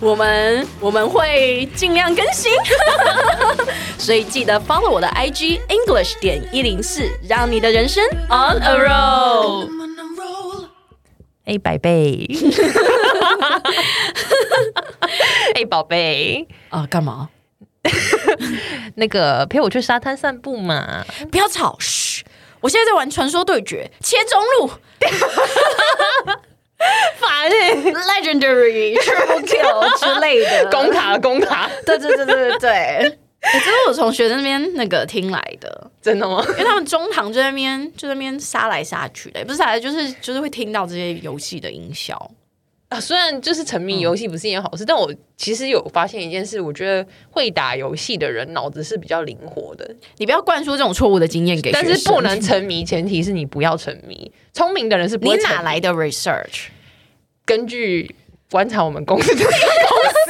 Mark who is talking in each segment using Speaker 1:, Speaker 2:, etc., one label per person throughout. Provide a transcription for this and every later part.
Speaker 1: 我们我们会尽量更新， 所以记得 follow 我的 IG English 点一零四，让你的人生 on a roll。
Speaker 2: I'm on a roll.
Speaker 3: 哎，百倍， 哎，宝贝，
Speaker 1: 啊，干嘛？
Speaker 3: 那个陪我去沙滩散步嘛？
Speaker 1: 不要吵，嘘！我现在在玩传说对决，切中路
Speaker 3: 烦 哎，
Speaker 1: ，Legendary Triple Kill 之类的。
Speaker 3: 攻卡攻 卡，
Speaker 1: 对对对对对对， 欸这是我从学生那边那个听来的，
Speaker 3: 真的吗？
Speaker 1: 因为他们中堂就在那边就在那边杀来杀去的，也不是杀来就是就是会听到这些游戏的音效。
Speaker 3: 啊，虽然就是沉迷游戏不是一件好事，但我其实有发现一件事，我觉得会打游戏的人脑子是比较灵活的，
Speaker 1: 你不要灌输这种错误的经验给学
Speaker 3: 但
Speaker 1: 生，
Speaker 3: 是不能沉迷，前提是你不要沉迷。聪明的人是不
Speaker 1: 你
Speaker 3: 会沉迷
Speaker 1: 哪来的 research？
Speaker 3: 根据观察我们公司的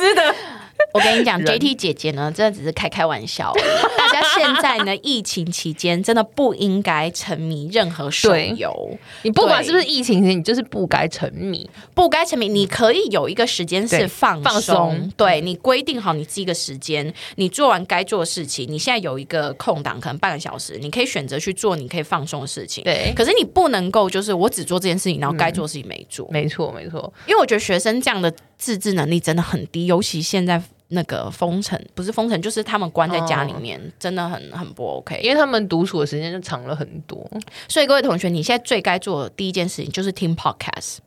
Speaker 1: 我跟你讲
Speaker 3: 人
Speaker 1: ，JT 姐姐呢，真的只是开开玩笑而已。 大家现在呢，疫情期间真的不应该沉迷任何手
Speaker 3: 对
Speaker 1: 游，
Speaker 3: 你不管是不是疫情，你就是不该沉迷。
Speaker 1: 不该沉迷。你可以有一个时间是
Speaker 3: 对
Speaker 1: 放
Speaker 3: 放松
Speaker 1: 对你规定好你自己一个时间，你做完该做的事情，你现在有一个空档，可能半个小时，你可以选择去做你可以放松的事情。
Speaker 3: 对嗯
Speaker 1: 可是你不能够就是我只做这件事情，然后该做的事情没做。
Speaker 3: 没错，没错，
Speaker 1: 因为我觉得学生这样的自制能力真的很低，尤其现在那个封城，不是封城，就是他们关在家里面，真的很很不 OK。
Speaker 3: 因为他们独处的时间就长了很多。
Speaker 1: 所以各位同学，你现在最该做的第一件事情就是 听 podcast，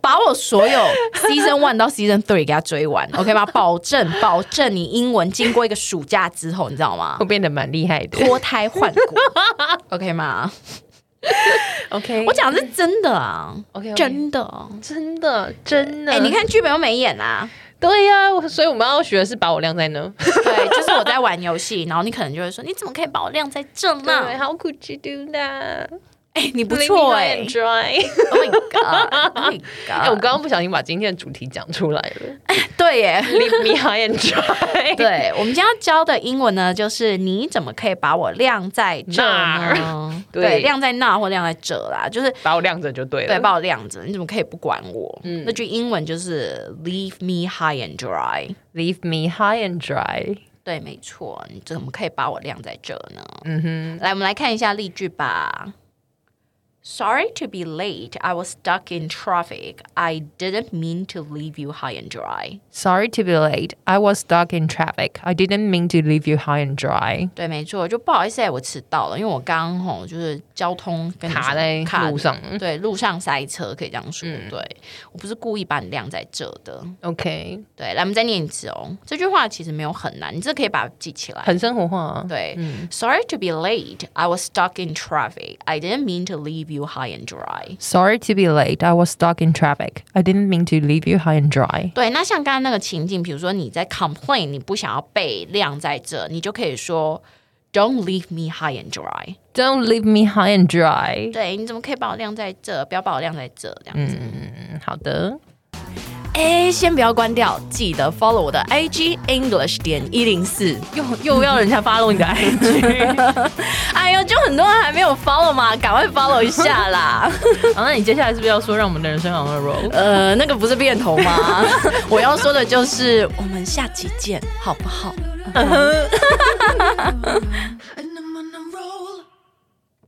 Speaker 1: 把我所有 season one 到 season three 给它追完，OK 吗？保证保证你英文经过一个暑假之后，你知道吗
Speaker 3: 会？变得蛮厉害的。
Speaker 1: 脱胎换骨，OK 吗？
Speaker 3: OK，
Speaker 1: 我讲的是真的啊
Speaker 3: OK，OK
Speaker 1: 真的啊。
Speaker 3: 真的真的，
Speaker 1: 哎、你，看剧本又没演啊。
Speaker 3: 对呀、我所以我们要学的是把我晾在那。
Speaker 1: 对，就是我在玩游戏，然后你可能就会说，你怎么可以把我晾在这
Speaker 3: 对
Speaker 1: 呢？
Speaker 3: ，How could you do that？
Speaker 1: 哎、你不错
Speaker 3: Leave me
Speaker 1: 哎、
Speaker 3: high and dry
Speaker 1: o h my god，Oh my
Speaker 3: 哎，我
Speaker 1: god，、
Speaker 3: 刚刚不小心把今天的主题讲出来 了。
Speaker 1: 哎对耶。
Speaker 3: Leave me high and dry。
Speaker 1: 对，我们今天要教的英文呢，就是你怎么可以把我晾在这
Speaker 3: 那
Speaker 1: 呢？
Speaker 3: 对
Speaker 1: 对，晾在那或晾在这啦，就是
Speaker 3: 把我晾着就对了。嗯
Speaker 1: 对，把我晾着，你怎么可以不管我？那句英文就是 Leave me high and dry。
Speaker 3: Leave me high and dry。
Speaker 1: 对，没错，你怎么可以把我晾在这呢？嗯哼，来，我们来看一下例句吧。Sorry to be late. I was stuck in traffic. I didn't mean to leave you high and dry.
Speaker 3: Sorry to be late. I was stuck in traffic. I didn't mean to leave you high and dry.
Speaker 1: 对，没错，就不好意思、欸，我迟到了，因为我刚吼就是交通跟你
Speaker 3: 卡
Speaker 1: 说
Speaker 3: 在
Speaker 1: 卡
Speaker 3: 路上嗯
Speaker 1: 对，路上塞车可以这样说。对我不是故意把你晾在这的。
Speaker 3: OK，
Speaker 1: 对，来，我们再念一次哦。这句话其实没有很难，你这可以把它记起来。
Speaker 3: 很生活化、啊。
Speaker 1: 对、s o r r y to be late. I was stuck in traffic. I didn't mean to leave you high and dry.
Speaker 3: Sorry to be late. I was stuck in traffic. I didn't mean to leave you high and dry.
Speaker 1: 对，那像刚刚那个情境，比如说你在 complain，你不想要被晾在这，你就可以说 Don't leave me high and dry。
Speaker 3: Don't leave me high and dry.
Speaker 1: 对，你怎么可以把我晾在这？不要把我晾在这，这样子。
Speaker 3: 嗯，好的。
Speaker 1: 哎、先不要关掉，记得 follow 我的 IG English 点一零四。
Speaker 3: 又又要人家 follow 你 的 IG，
Speaker 1: 哎呦，就很多人还没有 follow 嘛，赶快 follow 一下啦。
Speaker 3: 好，那你接下来是不是要说让我们的人生 on a roll？
Speaker 1: 呃，那个不是变头吗？ 我要说的就是，我们下期见，好不好？
Speaker 2: And